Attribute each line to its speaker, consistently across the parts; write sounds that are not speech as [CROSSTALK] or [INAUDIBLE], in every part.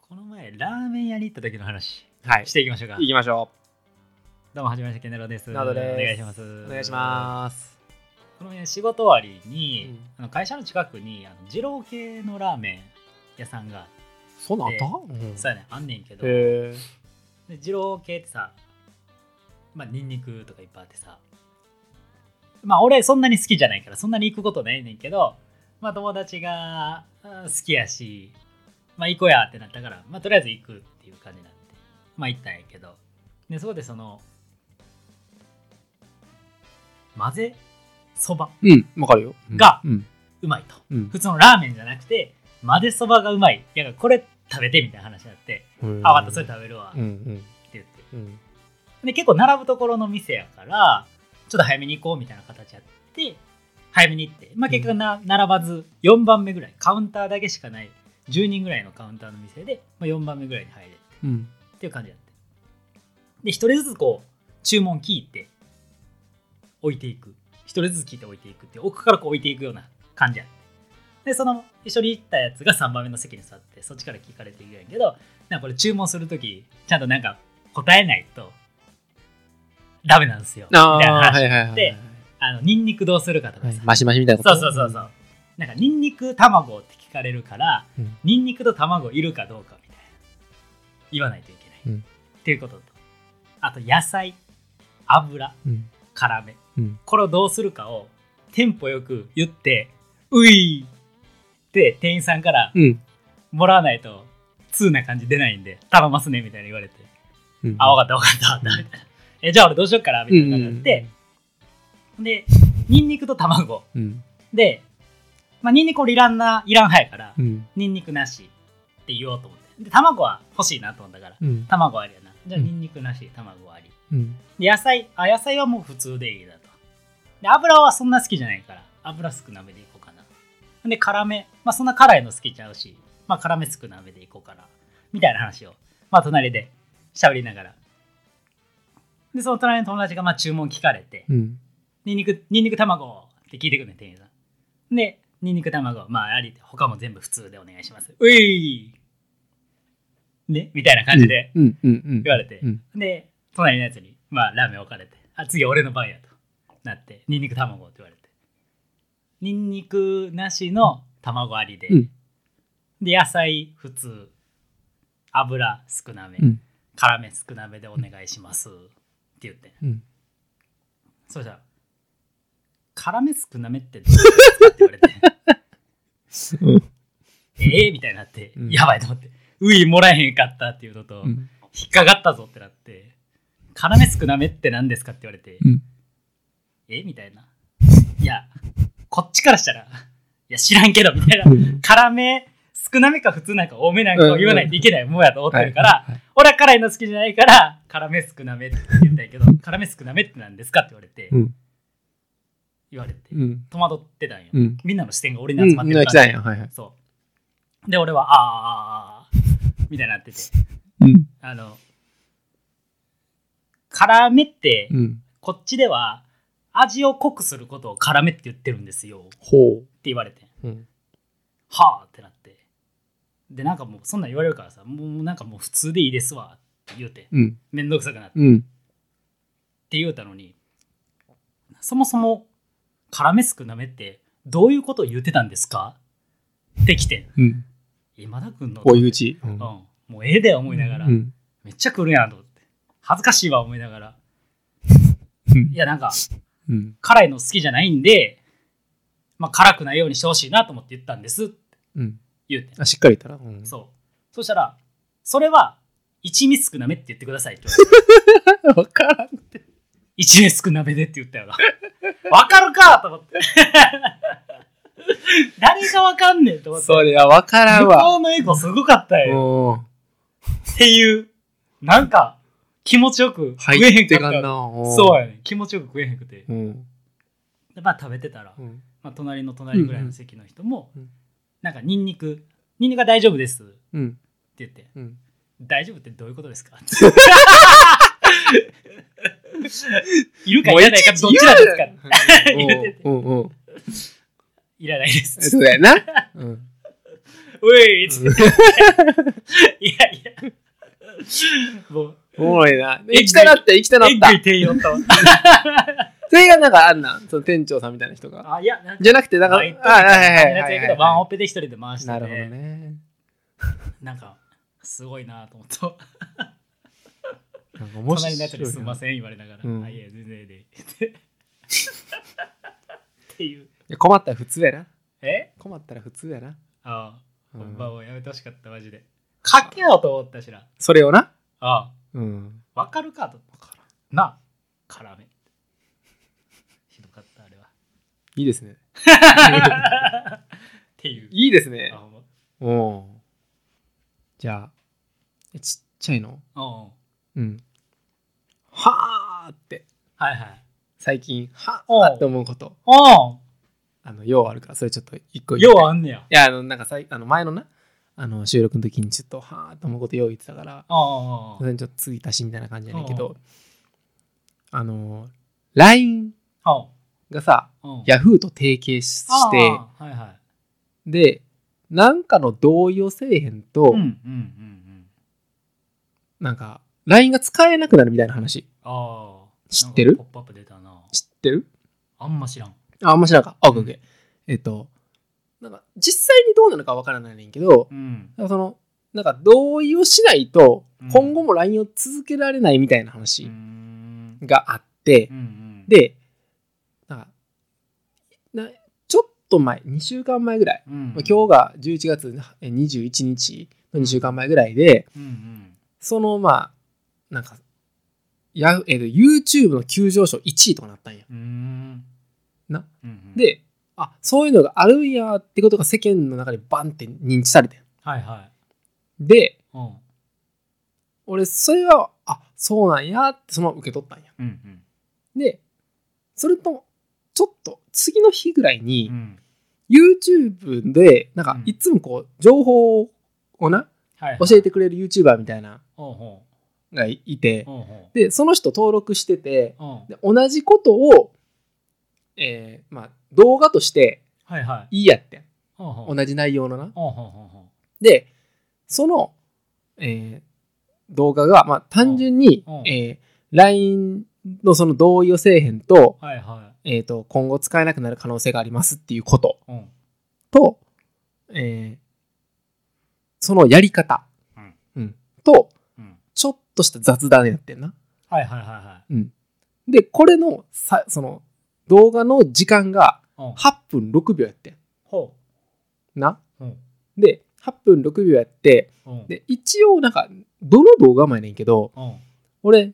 Speaker 1: この前ラーメン屋に行った時の話
Speaker 2: はい
Speaker 1: していきましょうか
Speaker 2: 行きましょ
Speaker 1: どうもはじめまして健太郎です
Speaker 2: ナオトです
Speaker 1: お願いします
Speaker 2: うお願いします
Speaker 1: すこの前仕事終わりに、
Speaker 2: うん
Speaker 1: あの会社の近くにあの二郎系のラーメン屋さんが、
Speaker 2: そうなん
Speaker 1: で
Speaker 2: だ、うん、
Speaker 1: そうやねあんねんけどで
Speaker 2: へえ
Speaker 1: 二郎系ってさまあニンニクとかいっぱいあってさまあ俺そんなに好きじゃないからそんなに行くことないねんけどまあ友達があ好きやしまあ行こうやってなったからまあとりあえず行くっていう感じになってまあ行ったんやけどでそこでその混ぜそば
Speaker 2: うんわかるよ
Speaker 1: が
Speaker 2: うん
Speaker 1: うまいと
Speaker 2: うん
Speaker 1: 普通のラーメンじゃなくて混ぜそばがうまいいやこれ食べてみたいな話になって、
Speaker 2: うん
Speaker 1: あわかったそれ食べるわっ
Speaker 2: う
Speaker 1: て
Speaker 2: ん
Speaker 1: 言って
Speaker 2: うんうん
Speaker 1: で結構並ぶところの店やからちょっと早めに行こうみたいな形やって早めに行って、まあ、結果な、並ばず4番目ぐらいカウンターだけしかない10人ぐらいのカウンターの店で、まあ、4番目ぐらいに入れて
Speaker 2: うん
Speaker 1: っていう感じやってで一人ずつこう注文聞いて置いていく一人ずつ聞いて置いていくっていう奥からこう置いていくような感じやってでその一緒に行ったやつが3番目の席に座ってそっちから聞かれていくんやけどなんかこれ注文する時ちゃんとなんか答えないとダメなんですよみ
Speaker 2: ああ
Speaker 1: たいな話、
Speaker 2: はいはいはい
Speaker 1: であのニンニクどうするかとか
Speaker 2: は
Speaker 1: さ、
Speaker 2: いマシマシみたいなこ
Speaker 1: そ
Speaker 2: と
Speaker 1: うそうそうそうなんかニンニク卵って聞かれるから、
Speaker 2: うん
Speaker 1: ニンニクと卵いるかどうかみたいな言わないといけない、
Speaker 2: うん
Speaker 1: っていうこととあと野菜油
Speaker 2: うん
Speaker 1: 辛め
Speaker 2: うん
Speaker 1: これをどうするかをテンポよく言って「うい!」って店員さんから
Speaker 2: うん
Speaker 1: もらわないと通な感じ出ないんで頼ますねみたいな言われて
Speaker 2: うん
Speaker 1: 「あ分かった分かった」みたい
Speaker 2: [LAUGHS]
Speaker 1: な「えじゃあ俺どうしよっかな」みたいな感じになって、でニンニクと卵
Speaker 2: うん
Speaker 1: で、まあ、ニンニクこれいらんな、いらん派やから、
Speaker 2: うん
Speaker 1: ニンニクなしって言おうと思って。で、卵は欲しいなと思ったから、
Speaker 2: うん
Speaker 1: 卵ありやな。じゃあ、
Speaker 2: うん
Speaker 1: ニンニクなし、卵あり。
Speaker 2: うん
Speaker 1: で、野菜、あ、野菜はもう普通でいいだと。で、油はそんな好きじゃないから、油少なめでいこうかな。で、辛め、まあ、そんな辛いの好きちゃうし、まあ、辛め少なめでいこうかな。みたいな話を、まあ、隣で喋りながら。で、その隣の友達が、まあ、注文聞かれて、
Speaker 2: うん
Speaker 1: ニンニク、ニンニク卵って聞いてくるね、店員さん。で、ニンニク卵、まあ、あり、他も全部普通でお願いします。ういねみたいな感じで
Speaker 2: うんうんうん
Speaker 1: 言われて。
Speaker 2: うん
Speaker 1: で、隣のやつに、まあ、ラーメン置かれて、あ、次俺の番やとなって、ニンニク卵って言われて。ニンニクなしの卵ありで、
Speaker 2: うん
Speaker 1: で、野菜普通、油少なめ、
Speaker 2: うん
Speaker 1: 辛め少なめでお願いしますって言って。
Speaker 2: うん
Speaker 1: そうじゃ辛め少なめってどういうことですかって言わ
Speaker 2: [LAUGHS]
Speaker 1: れてええみたいになって、
Speaker 2: うん
Speaker 1: やばいと思ってういもらえへんかったっていうのと、
Speaker 2: うん
Speaker 1: 引っかかったぞってなって辛め少なめって何ですかって言われて、
Speaker 2: うん
Speaker 1: ええみたいないやこっちからしたらいや知らんけどみたいな
Speaker 2: うん
Speaker 1: 辛め少なめか普通なんか多めなんかを言わないといけないもんやと思ってるから、
Speaker 2: はいはい
Speaker 1: 俺は辛いの好きじゃないから辛め少なめって言ったんやけど辛め少なめって何ですかって言われて、
Speaker 2: うん
Speaker 1: 言われて
Speaker 2: うん
Speaker 1: 戸惑ってたんよ、
Speaker 2: うん
Speaker 1: みんなの視線が俺
Speaker 2: うん
Speaker 1: に集まって
Speaker 2: うん
Speaker 1: る
Speaker 2: 来
Speaker 1: か
Speaker 2: た
Speaker 1: ら、
Speaker 2: んやはいはい
Speaker 1: そうで俺はあーあーあーあー [LAUGHS] みたいになってて
Speaker 2: うん
Speaker 1: あの辛めって
Speaker 2: うん
Speaker 1: こっちでは味を濃くすることを辛めって言ってるんですよって
Speaker 2: ほ
Speaker 1: 言われて
Speaker 2: ううん
Speaker 1: はあってなってでなんかもうそんなん言われるからさもうなんかもう普通でいいですわって言うて
Speaker 2: うん
Speaker 1: 面倒くさくなって
Speaker 2: うん
Speaker 1: って言うたのにそもそも辛め少なめってどういうことを言ってたんですかってきて
Speaker 2: うん
Speaker 1: 今田君の
Speaker 2: 追い打ちうん
Speaker 1: うん、もうええで思いながら、
Speaker 2: うん
Speaker 1: めっちゃ来るやんと思って恥ずかしいわ思いながら
Speaker 2: うん
Speaker 1: いやなんか
Speaker 2: うん
Speaker 1: 辛いの好きじゃないんで、まあ、辛くないようにしてほしいなと思って言ったんですって
Speaker 2: うん
Speaker 1: 言うて
Speaker 2: あしっかり言ったらうん
Speaker 1: そうそしたらそれは一味少なめって言ってくださいって言われ
Speaker 2: [LAUGHS]
Speaker 1: て
Speaker 2: わからん。
Speaker 1: 一味少なめでって言ったよな。わかるかと思
Speaker 2: [LAUGHS]
Speaker 1: って。誰がわかんねえと思って。
Speaker 2: そりゃわから
Speaker 1: 向
Speaker 2: ん
Speaker 1: こ
Speaker 2: わ。
Speaker 1: うのエゴすごかったよ。
Speaker 2: うん。
Speaker 1: っていう、なんか、気持ちよく食えへ
Speaker 2: 入
Speaker 1: ん
Speaker 2: って
Speaker 1: かっ
Speaker 2: か
Speaker 1: た
Speaker 2: ん
Speaker 1: よ。
Speaker 2: な。
Speaker 1: そうやね気持ちよく食えへんくて。
Speaker 2: うん。
Speaker 1: でまあ食べてたら、
Speaker 2: うん。
Speaker 1: まあ、隣の隣ぐらいの席の人も、
Speaker 2: うんうん
Speaker 1: なんかニンニク、ニンニクは大丈夫ですって
Speaker 2: うん。
Speaker 1: 言って、
Speaker 2: うん。
Speaker 1: 大丈夫ってどういうことです
Speaker 2: [LAUGHS]
Speaker 1: かいるかいらないかどっちなんですか [LAUGHS]
Speaker 2: うんうん。
Speaker 1: いらないです。
Speaker 2: そうやな。うん。
Speaker 1: ういっつって。 [LAUGHS] いやいや。もう、
Speaker 2: おもろいな。行きたなった、行きたなっ
Speaker 1: えっぐ
Speaker 2: た。
Speaker 1: い店員おったわ。
Speaker 2: それがなんかあんなん、その店長さんみたいな人が。
Speaker 1: あ、いや、なんか、
Speaker 2: じゃなくて、なんか、
Speaker 1: バ
Speaker 2: あ
Speaker 1: イトみ
Speaker 2: は
Speaker 1: た
Speaker 2: いはいい
Speaker 1: なや
Speaker 2: は
Speaker 1: つ
Speaker 2: い
Speaker 1: やけ
Speaker 2: はい
Speaker 1: ど、ワンオペで一人で回してて。
Speaker 2: なるほどね。
Speaker 1: なんか、すごいなと思った。
Speaker 2: なんか面白
Speaker 1: 隣
Speaker 2: い
Speaker 1: のやつにすんま
Speaker 2: な。
Speaker 1: せん言われながら。
Speaker 2: うん
Speaker 1: あ、いや、全然で。っていう。
Speaker 2: いや困ったら普通やな。
Speaker 1: え
Speaker 2: 困ったら普通やな。
Speaker 1: ああ、
Speaker 2: うん
Speaker 1: ほんまもうやめてほしかった、マジで。かけようと思ったしな。
Speaker 2: それをな。
Speaker 1: あ
Speaker 2: うん。
Speaker 1: あ、わかるかと。なあ、辛め。ひどかった、あれは。
Speaker 2: いいです [LAUGHS] ね。
Speaker 1: っていう。
Speaker 2: いいですね
Speaker 1: あ。ほんま
Speaker 2: おん。じゃあ、えちっちゃいの
Speaker 1: うんうん。
Speaker 2: うん。はーって、
Speaker 1: はいはい。
Speaker 2: 最近、はーって思うこと、
Speaker 1: う
Speaker 2: あの、ようあるから、それちょっと一個
Speaker 1: ん。
Speaker 2: 言
Speaker 1: よ
Speaker 2: う
Speaker 1: うあんねや。
Speaker 2: いや、あの、なんかさい、あの前のな、あの、収録の時にちょっと、はーって思うことよう言ってたから、
Speaker 1: あ
Speaker 2: それにちょっと次足しみたいな感じやねんけ
Speaker 1: う
Speaker 2: ど、あの、LINE
Speaker 1: あ。うん。
Speaker 2: がさ、
Speaker 1: うん。
Speaker 2: Yahoo と提携し
Speaker 1: ああ
Speaker 2: して、
Speaker 1: はいはい。
Speaker 2: で、なんかの同意をせえへん
Speaker 1: う
Speaker 2: と、
Speaker 1: んうんうんうん。
Speaker 2: なんか、LINE が使えなくなるみたいな話。
Speaker 1: ああ。
Speaker 2: 知ってる
Speaker 1: なんかポップアップ出たな。
Speaker 2: 知ってる
Speaker 1: あんま知らん。
Speaker 2: あ、あんま知らんか。あ、オッケーオッケーえっと、なんか、実際にどうなのかわからないねんけど、
Speaker 1: うん。
Speaker 2: なんかその、なんか同意をしないと
Speaker 1: うん、
Speaker 2: 今後も LINE を続けられないみたい
Speaker 1: う
Speaker 2: な
Speaker 1: ー
Speaker 2: 話
Speaker 1: ん。
Speaker 2: があって
Speaker 1: うんう、ん。、
Speaker 2: で、なんか、なちょっと前、2週間前ぐらい、
Speaker 1: うんうん、
Speaker 2: まあ今日が11月え21日の2週間前ぐらいで、
Speaker 1: うんうん。
Speaker 2: その、まあ、なんか、やえっと YouTube の急上昇1位とかなったんや。
Speaker 1: うーん。
Speaker 2: な
Speaker 1: うんうん、
Speaker 2: で、あ、そういうのがあるんやってことが世間の中でバンって認知されてん。
Speaker 1: はいはい。
Speaker 2: で、
Speaker 1: うん。
Speaker 2: 俺、それは、あ、そうなんやってそのまま受け取ったんや。
Speaker 1: うんうん。
Speaker 2: で、それと、ちょっと、次の日ぐらいに
Speaker 1: う、ん
Speaker 2: YouTube で、なん
Speaker 1: う
Speaker 2: か
Speaker 1: ん、
Speaker 2: いつもこう、情報をな、
Speaker 1: はいはい、
Speaker 2: 教えてくれる YouTuber みたいな、
Speaker 1: おうほ
Speaker 2: がいいて
Speaker 1: う。、おうほう。
Speaker 2: で、その人登録してて、
Speaker 1: うん。
Speaker 2: で同じことを、えーまあ、動画として
Speaker 1: はいはい。
Speaker 2: いいやってん。
Speaker 1: おうほう。
Speaker 2: 同じ内容のな。
Speaker 1: おうほうほうほ
Speaker 2: で、その、えー動画が、まあ、単純に
Speaker 1: うんうん、
Speaker 2: えー LINE のその同意をせえへんと、
Speaker 1: う。はいは
Speaker 2: えっ、と、今後使えなくなる可能性がありますっていうこと
Speaker 1: い。うん。
Speaker 2: と、えーそのやり方、
Speaker 1: うん
Speaker 2: と、
Speaker 1: うん。
Speaker 2: ちょっとした雑談やってんな。
Speaker 1: はいはいはいはい。
Speaker 2: で、これの、さその、動画の時間が
Speaker 1: うん。
Speaker 2: 8分6秒やってん。
Speaker 1: ほ
Speaker 2: な。
Speaker 1: う。うん。
Speaker 2: で、8分6秒やって、
Speaker 1: うん。
Speaker 2: で、一応なんか、どの動画もやねんけど、
Speaker 1: うん。
Speaker 2: 俺、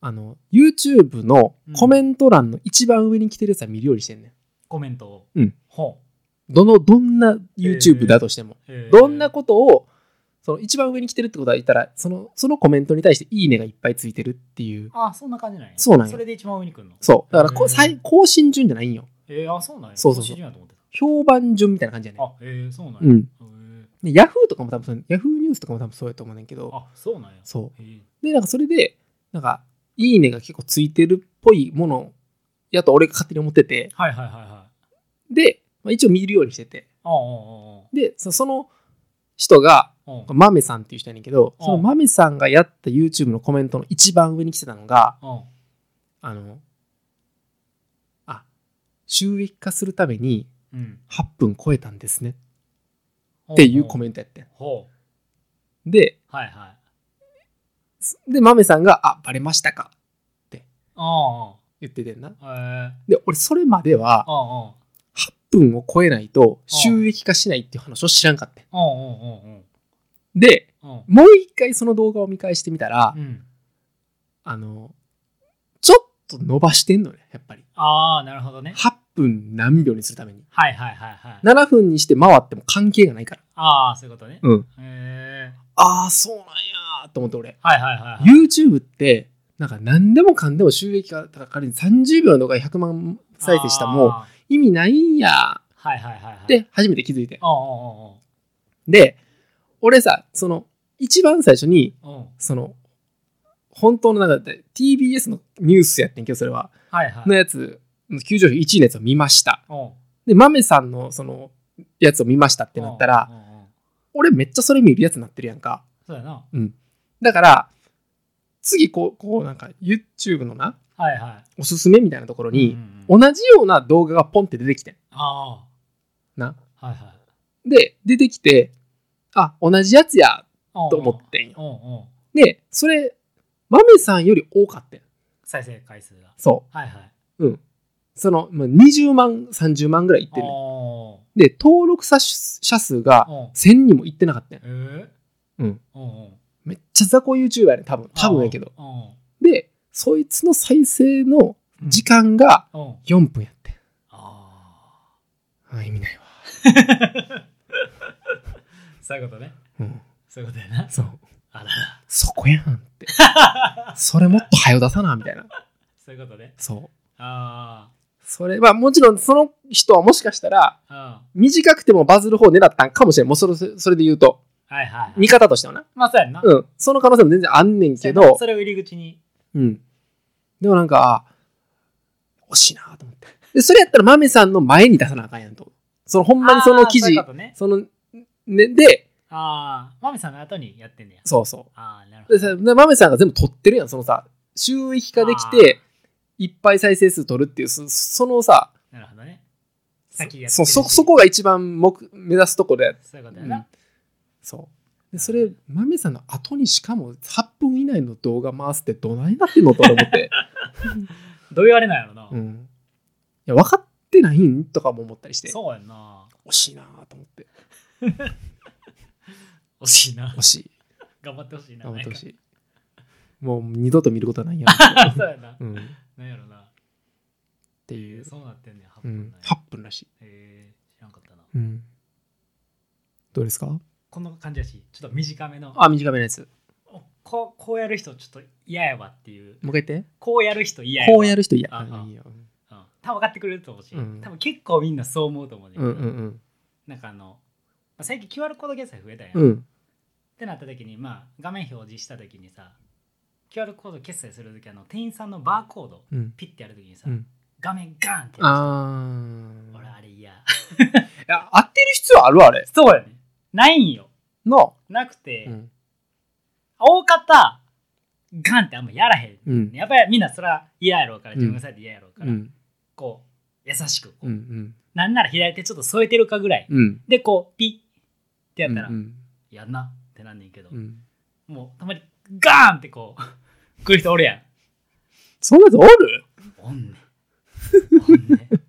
Speaker 2: あの、YouTube のコメント欄の一番上に来てるやつは見るようにしてんね
Speaker 1: コメントを。
Speaker 2: うん。
Speaker 1: ほ
Speaker 2: ん。どの、どんな YouTube だとしても。
Speaker 1: う。へー
Speaker 2: どんなことを、その一番上に来てるってことは言ったら、その、そのコメントに対していいねがいっぱいついてるっていう。
Speaker 1: あ、そんな感じなんや。
Speaker 2: そうなんや
Speaker 1: それで一番上に来るの。
Speaker 2: そう。だからこ
Speaker 1: へー
Speaker 2: 最、更新順じゃないんよ。
Speaker 1: えー、あ、そうなんや。
Speaker 2: そうそうそ
Speaker 1: 知
Speaker 2: う
Speaker 1: り合いと思って
Speaker 2: 評判順みたいな感じやね
Speaker 1: た。あ、えー、そうなんや。
Speaker 2: ん。うん。
Speaker 1: へ
Speaker 2: で、Yahoo とかも多分そう、Yahoo ニュースとかも多分そうやと思うねんけ
Speaker 1: ー
Speaker 2: ど、
Speaker 1: あ、そうなんや。
Speaker 2: そう。
Speaker 1: へー
Speaker 2: で、なんかそれで、なんか、いいねが結構ついてるっぽいものやと俺が勝手に思ってて、
Speaker 1: はいはいはいはい。
Speaker 2: で、まあ、一応見るようにしてて、
Speaker 1: ああ
Speaker 2: で、そその人が、
Speaker 1: ああああ。
Speaker 2: マメさんっていう人やねんけど、
Speaker 1: うん
Speaker 2: そのマメさんがやった YouTube のコメントの一番上に来てたのが、
Speaker 1: うん。うん。
Speaker 2: あの、あ、収益化するために
Speaker 1: うん。
Speaker 2: 8分超えたんですねっていうコ
Speaker 1: ン
Speaker 2: メントやってん。
Speaker 1: ト。ほ
Speaker 2: で、
Speaker 1: う。はいはい。
Speaker 2: すで、マメさんが、あ、バレましたか
Speaker 1: あ
Speaker 2: 言っててんな。
Speaker 1: あ。へえ。
Speaker 2: で、俺それまでは
Speaker 1: あ、あ。
Speaker 2: 8分を超えないと収益化しないっていう話を知らんかった。
Speaker 1: うんうんうんうん
Speaker 2: で、
Speaker 1: うん
Speaker 2: もう一回その動画を見返してみたら、
Speaker 1: うん。
Speaker 2: あの、ちょっと伸ばしてんのね、やっぱり。
Speaker 1: ああ、なるほどね。
Speaker 2: 8分何秒にするために。
Speaker 1: はいはいはいはい。
Speaker 2: 7分にして回っても関係がないから。
Speaker 1: ああ、そういうことね。
Speaker 2: うん。
Speaker 1: へえ。
Speaker 2: ああ、そうなんやーと思って俺。
Speaker 1: はいはいはいはい。
Speaker 2: YouTube って、なんか何でもかんでも収益化、だから仮に30秒の動画で100万再生したも
Speaker 1: あ
Speaker 2: 意味ないんや
Speaker 1: ー。はいはいはいはい。
Speaker 2: ーっ、て初めて気づいて。
Speaker 1: お
Speaker 2: で、俺さ、その、一番最初に、
Speaker 1: うんうんうん。うん。
Speaker 2: その、本当のなんか TBS のニュースやってんけど、それは。
Speaker 1: はいはい。
Speaker 2: のやつ、急上昇1位のやつを見ました。
Speaker 1: うん。
Speaker 2: で、マメさんのその、やつを見ましたってなったら、
Speaker 1: うんうんうん
Speaker 2: 俺めっちゃそれ見るやつになってるやんか。
Speaker 1: そうやな。
Speaker 2: だから、次こう、こうなんか YouTube のな、
Speaker 1: はいはい。
Speaker 2: おすすめみたいなところ
Speaker 1: う
Speaker 2: に
Speaker 1: ん、うんうん、
Speaker 2: 同じような動画がポンって出てきてん。
Speaker 1: あ
Speaker 2: な。
Speaker 1: あ。はいはい。
Speaker 2: で、出てきて、あ、同じやつや、と
Speaker 1: と
Speaker 2: 思ってんよ。
Speaker 1: うんうん。
Speaker 2: で、それ、豆さんより多かったん。
Speaker 1: 再生回数が。
Speaker 2: そ
Speaker 1: はいはい。
Speaker 2: う。その、まあ20万、30万ぐらいいってるね。
Speaker 1: お
Speaker 2: で、登録者数者数が
Speaker 1: ーうん。
Speaker 2: 1000人もいってなかったんよ。
Speaker 1: えー、
Speaker 2: うん。
Speaker 1: うんうん。
Speaker 2: めっちゃ雑魚 YouTuber やねん多分。多分やけど。
Speaker 1: うん。
Speaker 2: で、そいつの再生の時間が
Speaker 1: うん。うん。
Speaker 2: 4分やってん。
Speaker 1: あ
Speaker 2: あ、意味ないわ。
Speaker 1: あ。そういうことね。
Speaker 2: うん。
Speaker 1: そういうことやな。
Speaker 2: そう。
Speaker 1: あらら。
Speaker 2: そこやん
Speaker 1: [LAUGHS]
Speaker 2: って。それもっと早出さな、みたいな。
Speaker 1: そういうことね。
Speaker 2: そう。
Speaker 1: あ
Speaker 2: それはもちろんその人はもしかしたら
Speaker 1: あ。うん。
Speaker 2: 短くてもバズる方を狙ったんかもしれん。もうそれそれで言うと、
Speaker 1: はいはい。
Speaker 2: 見方としてはな。
Speaker 1: まあそうやんな。そう
Speaker 2: うん。その可能性も全然あんねんけ
Speaker 1: やな
Speaker 2: ど、
Speaker 1: それを入り口に。
Speaker 2: うん。でもなんか、あ惜しいなと思って。で、それやったら豆さんの前に出さなあかんやんと。そのほんまにその記
Speaker 1: あーそうい
Speaker 2: 事
Speaker 1: うこ、とね。
Speaker 2: その、ね、で、
Speaker 1: ああ。まみさんの後にやってんねや。
Speaker 2: そうそ
Speaker 1: ああ、なる
Speaker 2: う。で、さで豆さんが全部撮ってるやん、そのさ、収益化できて、いっぱい再生数取るっていう、そそのさ、
Speaker 1: なるほどね。先やって
Speaker 2: そ
Speaker 1: るし
Speaker 2: そそこが一番目目指すところで
Speaker 1: そういうことやな。
Speaker 2: そうでそれ豆さんの後にしかも8分以内の動画回すってどないなってんのと俺思
Speaker 1: [LAUGHS]
Speaker 2: って、
Speaker 1: どう言われないやろな
Speaker 2: う。ん、いや分かってないんとかも思ったりして惜
Speaker 1: そうやんな。
Speaker 2: しいなと思って
Speaker 1: 惜しいな
Speaker 2: 惜。しい
Speaker 1: 頑張ってほしいな。
Speaker 2: 頑張ってほし
Speaker 1: い。
Speaker 2: いもう二度と見ることは
Speaker 1: [LAUGHS]
Speaker 2: ないや
Speaker 1: そう
Speaker 2: ろ、
Speaker 1: やな
Speaker 2: う。ん、っ
Speaker 1: なんやろな。
Speaker 2: て
Speaker 1: え
Speaker 2: い
Speaker 1: ー
Speaker 2: う、
Speaker 1: そうなってんねん。8
Speaker 2: う
Speaker 1: 分
Speaker 2: ん
Speaker 1: ない、
Speaker 2: 8分らしい、
Speaker 1: えー知らんかったな。
Speaker 2: うん、どうですか
Speaker 1: こんな感じやし、ちょっと短めの。
Speaker 2: あ短めのやつ
Speaker 1: おこうこうやる人ちょっと嫌やわっていう。
Speaker 2: もう一回言って
Speaker 1: こうやる人嫌やわ。
Speaker 2: こうやる人嫌
Speaker 1: あ
Speaker 2: あ
Speaker 1: あ
Speaker 2: いいよ
Speaker 1: うん、多分分かってくれると思うし、
Speaker 2: うん
Speaker 1: 多分結構みんなそう思うと思うねん
Speaker 2: う
Speaker 1: け
Speaker 2: ん
Speaker 1: ど、
Speaker 2: うん
Speaker 1: なんかあの、まあ最近 QR コード決済増えたやん。
Speaker 2: うんうん
Speaker 1: ってなった時に、まあ、画面表示した時にさ、QR コード決済する時あの店員さんのバーコード
Speaker 2: うん
Speaker 1: ピッてやる時にさ、
Speaker 2: うん
Speaker 1: 画面ガーンってやる
Speaker 2: ああ
Speaker 1: 俺あれ嫌。 [LAUGHS]
Speaker 2: いや、当てる必要あるあれ。
Speaker 1: そうやね。ないんよ。
Speaker 2: の。
Speaker 1: なくて、
Speaker 2: うん。
Speaker 1: 大方、ガンってあんまやらへん。
Speaker 2: うん。
Speaker 1: やっぱりみんなそら嫌やろうから、
Speaker 2: うん
Speaker 1: 自分されて嫌やろうから、
Speaker 2: うん。
Speaker 1: こう、優しくこう、
Speaker 2: うん。
Speaker 1: なんなら左手ちょっと添えてるかぐらい。
Speaker 2: うん。
Speaker 1: で、こう、ピッってやったら、
Speaker 2: うん。
Speaker 1: やんなってなんねんけど、
Speaker 2: うん
Speaker 1: もうたまにガーンってこう、 [LAUGHS] 来る人おるやん。
Speaker 2: そんなやつおる
Speaker 1: おんねん。おんねん。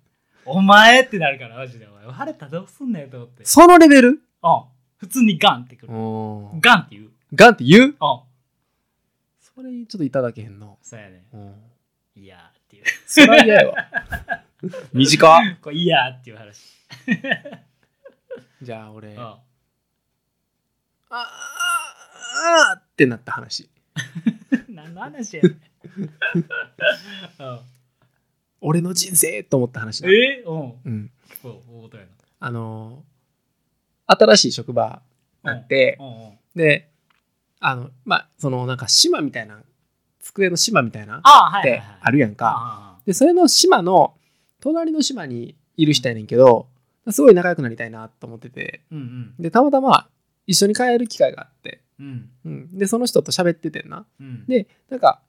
Speaker 1: お前ってなるから、マジで。お前、晴れたらどうすんねんと思って。
Speaker 2: そのレベル
Speaker 1: うん。普通にガンって来る。
Speaker 2: お
Speaker 1: ガンって言う。うん。
Speaker 2: ガンって言うそれちょっといただけへんの。
Speaker 1: そうやね
Speaker 2: うん。
Speaker 1: ん。いやーっていう。
Speaker 2: それは嫌やわ。 [LAUGHS] 短
Speaker 1: [LAUGHS] これいやーっていう話。
Speaker 2: じゃあ俺、
Speaker 1: うん。
Speaker 2: あ
Speaker 1: あ
Speaker 2: あーってなった話。
Speaker 1: [LAUGHS] 何の話やねん。うん
Speaker 2: 俺の人生と思った話だ。
Speaker 1: えー、うん。
Speaker 2: うん。
Speaker 1: 結構大事やな。
Speaker 2: あのー、新しい職場あって
Speaker 1: う、んうん。
Speaker 2: で、あの、まあ、そのなんか島みたいな、机の島みたいなっ
Speaker 1: あーはいはい
Speaker 2: て
Speaker 1: はい。
Speaker 2: あるやんか。
Speaker 1: あ
Speaker 2: でそれの島の隣の島にいる人やねんけどすごい仲良くなりたいなと思ってて
Speaker 1: ー。うん
Speaker 2: でたまたま一緒に帰る機会があって、
Speaker 1: うん。うん。
Speaker 2: うん、でその人と喋っててんな
Speaker 1: うん。
Speaker 2: でなんか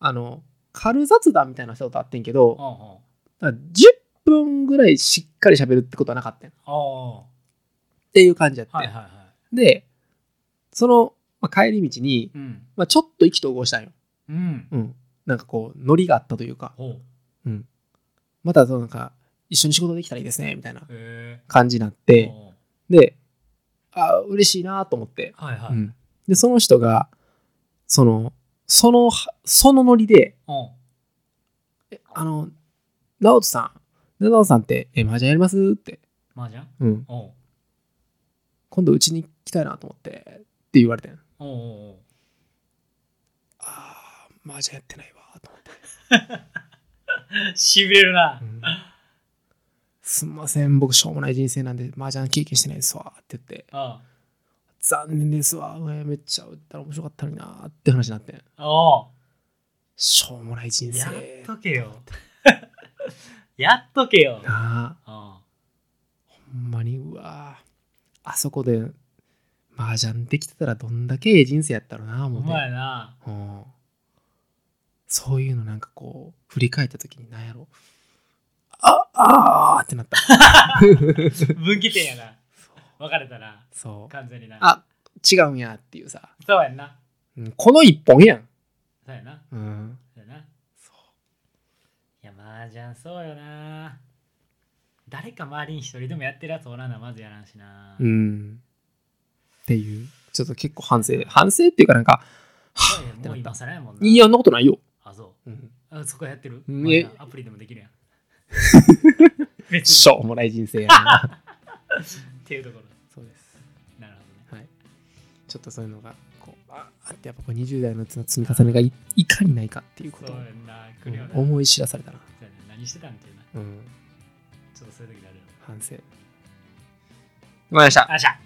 Speaker 2: あの軽雑談みたいな人と会ってんけど
Speaker 1: うんうん。
Speaker 2: なんか10分ぐらいしっかり喋るってことはなかったんっ
Speaker 1: ああ。は
Speaker 2: ていう感じやって、
Speaker 1: いはいはい。
Speaker 2: でその、まあ、帰り道に、
Speaker 1: うん。
Speaker 2: まあ、ちょっと意気投合したんよ、
Speaker 1: うん。
Speaker 2: うん、なんかこうノリがあったというか
Speaker 1: ほう。
Speaker 2: またそのなんか一緒に仕事できたらいいですねみたいな
Speaker 1: へ
Speaker 2: 感じになっ
Speaker 1: え
Speaker 2: て、
Speaker 1: うんうん
Speaker 2: で、あ嬉しいなと思って、
Speaker 1: はいはい。
Speaker 2: う
Speaker 1: うん。
Speaker 2: んで、その人が、その、その、そのノリで、えあの、直人さん、直人さんって、え、麻雀やりますって、
Speaker 1: 麻雀
Speaker 2: うん
Speaker 1: おう
Speaker 2: 今度うちに来たいなと思って、って言われてん。
Speaker 1: おうおう
Speaker 2: あー、麻雀やってないわ、と思って。
Speaker 1: おう。しびれるな。
Speaker 2: すんません、僕、しょうもない人生なんで、麻雀経験してないですわ、って言って、
Speaker 1: あ
Speaker 2: 残念ですわ、えめっちゃ打ったら面白かったのになーって話になってん。
Speaker 1: あ。お
Speaker 2: しょうもない人
Speaker 1: う
Speaker 2: 生。
Speaker 1: やっとけよ。 [LAUGHS] やっとけよ。
Speaker 2: なあ
Speaker 1: あ
Speaker 2: ほんまにうわああそこで麻雀できてたらどんだけええ人生やったろうな
Speaker 1: ほ
Speaker 2: 思
Speaker 1: んまや
Speaker 2: う
Speaker 1: な
Speaker 2: て、うん、そういうのなんかこう振り返った時に何やろああーっ
Speaker 1: [LAUGHS]
Speaker 2: てなった
Speaker 1: 分岐点やな分かれたな
Speaker 2: そう
Speaker 1: 完全にな
Speaker 2: あ違うんやっていうさ、
Speaker 1: そうやんな
Speaker 2: うんこの一本やん、
Speaker 1: そうやな
Speaker 2: うん、
Speaker 1: そうやない
Speaker 2: そう
Speaker 1: や麻雀そうよな誰か周りに一人でもやってるやつおらんなまずやらんしな、
Speaker 2: うん。っていう、ちょっと結構反省、反省っていうかなんか、は
Speaker 1: そうや
Speaker 2: ぁって
Speaker 1: も
Speaker 2: な
Speaker 1: う
Speaker 2: っ
Speaker 1: 今
Speaker 2: た。
Speaker 1: 更やもんない
Speaker 2: や、そんなことないよ。
Speaker 1: あそう
Speaker 2: うん、
Speaker 1: あそこやってる
Speaker 2: うん
Speaker 1: まあいいな
Speaker 2: え
Speaker 1: アプリでもで
Speaker 2: [LAUGHS]
Speaker 1: きるやん
Speaker 2: し
Speaker 1: 別
Speaker 2: ょうもない人生
Speaker 1: [LAUGHS]
Speaker 2: やな。
Speaker 1: にっていうところ
Speaker 2: そうです。
Speaker 1: なるほどね
Speaker 2: はい。ちょっとそういうのが、こう、ああってやっぱこう20代の積み重ねがいいかにないかっていうこと
Speaker 1: そ
Speaker 2: を
Speaker 1: うやんな来るよな、
Speaker 2: うん思い知らされたな。
Speaker 1: そうやね何してたんっていうな
Speaker 2: うん、
Speaker 1: ちょっとそういう時になるよ
Speaker 2: 反省。わかりました。
Speaker 1: あっしゃ